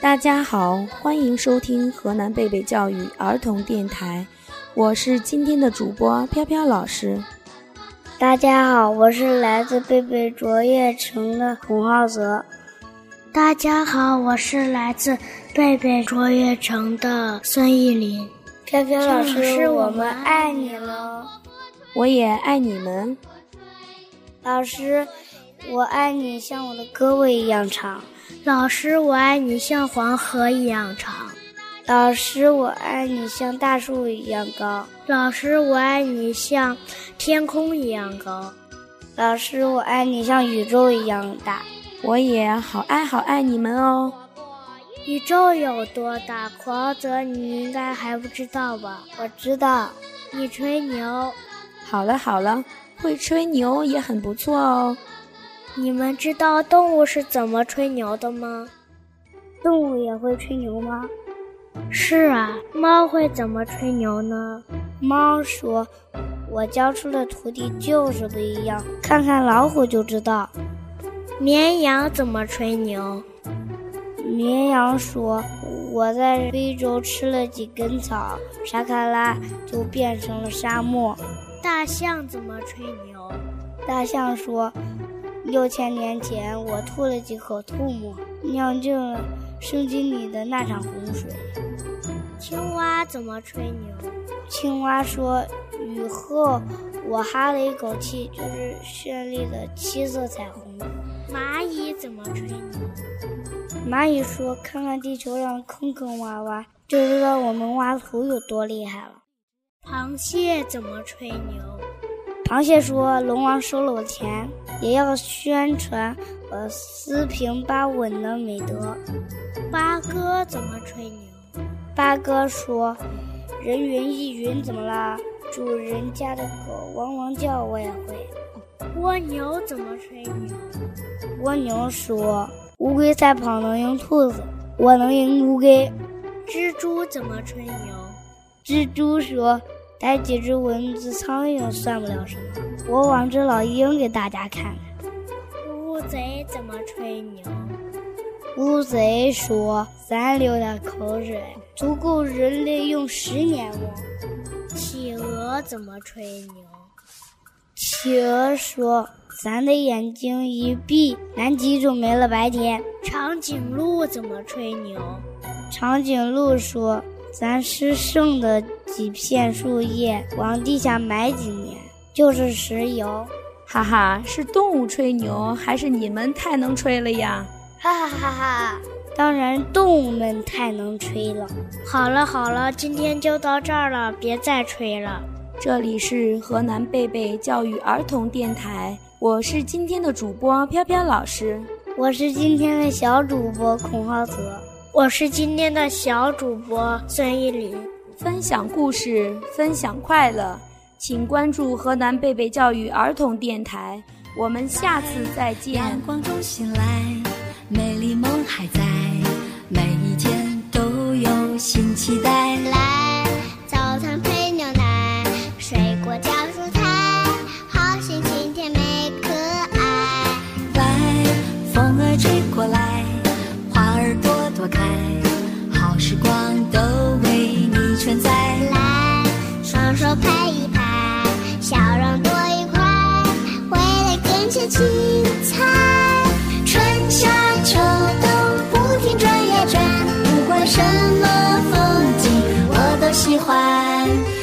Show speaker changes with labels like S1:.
S1: 大家好，欢迎收听河南贝贝教育儿童电台，我是今天的主播飘飘老师。
S2: 大家好，我是来自贝贝卓越城的孔浩泽。
S3: 大家好，我是来自贝贝卓越城的孙艺林。
S2: 飘飘老师，我们爱你喽！
S1: 我也爱你们。
S2: 老师，我爱你，像我的胳膊一样长。
S3: 老师，我爱你，像黄河一样长。
S2: 老师，我爱你，像大树一样高。
S3: 老师，我爱你，像天空一样高。
S2: 老师，我爱你，像宇宙一样大。
S1: 我也好爱好爱你们哦。
S3: 宇宙有多大？孔奥泽，你应该还不知道吧？
S2: 我知道，
S3: 你吹牛。
S1: 好了好了，会吹牛也很不错哦。
S3: 你们知道动物是怎么吹牛的吗？
S2: 动物也会吹牛吗？
S3: 是啊，猫会怎么吹牛呢？
S2: 猫说：“我教出的徒弟就是不一样，看看老虎就知道。”
S3: 绵羊怎么吹牛？
S2: 绵羊说：“我在非洲吃了几根草，撒卡拉就变成了沙漠。”
S3: 大象怎么吹牛？
S2: 大象说。六千年前，我吐了几口吐沫，酿就了圣经里的那场洪水。
S3: 青蛙怎么吹牛？
S2: 青蛙说：“雨后我哈了一口气，就是绚丽的七色彩虹。”
S3: 蚂蚁怎么吹牛？
S2: 蚂蚁说：“看看地球上坑坑洼洼，就知道我们挖土有多厉害了。”
S3: 螃蟹怎么吹牛？
S2: 螃蟹说：“龙王收了我钱。”也要宣传我四平八稳的美德。
S3: 八哥怎么吹牛？
S2: 八哥说：“人云亦云怎么啦？主人家的狗汪汪叫，我也会。”
S3: 蜗牛怎么吹牛？
S2: 蜗牛说：“乌龟赛跑能赢兔子，我能赢乌龟。”
S3: 蜘蛛怎么吹牛？
S2: 蜘蛛说：“逮几只蚊子、苍蝇算不了什么。”我往只老鹰给大家看看。
S3: 乌贼怎么吹牛？
S2: 乌贼说：“咱流点口水，足够人类用十年哦。”
S3: 企鹅怎么吹牛？
S2: 企鹅说：“咱的眼睛一闭，南极就没了白天。”
S3: 长颈鹿怎么吹牛？
S2: 长颈鹿说：“咱吃剩的几片树叶，往地下埋几年。”就是石油，
S1: 哈哈，是动物吹牛，还是你们太能吹了呀？
S2: 哈哈哈哈！当然，动物们太能吹了。
S3: 好了好了，今天就到这儿了，别再吹了。
S1: 这里是河南贝贝教育儿童电台，我是今天的主播飘飘老师，
S2: 我是今天的小主播孔浩泽，
S3: 我是今天的小主播孙一林。
S1: 分享故事，分享快乐。请关注河南贝贝教育儿童电台，我们下次再见。
S4: 阳光中醒来，美丽梦还在，每一天都有新期待。
S5: 来，早餐配牛奶，水果加蔬菜，好心情甜美可爱。
S4: 来，风儿吹过来，花儿朵朵开，好时光都为你存在。
S5: 来，双手拍一拍。笑容多愉快，未来更加精彩。
S4: 春夏秋冬不停转呀转，不管什么风景我都喜欢。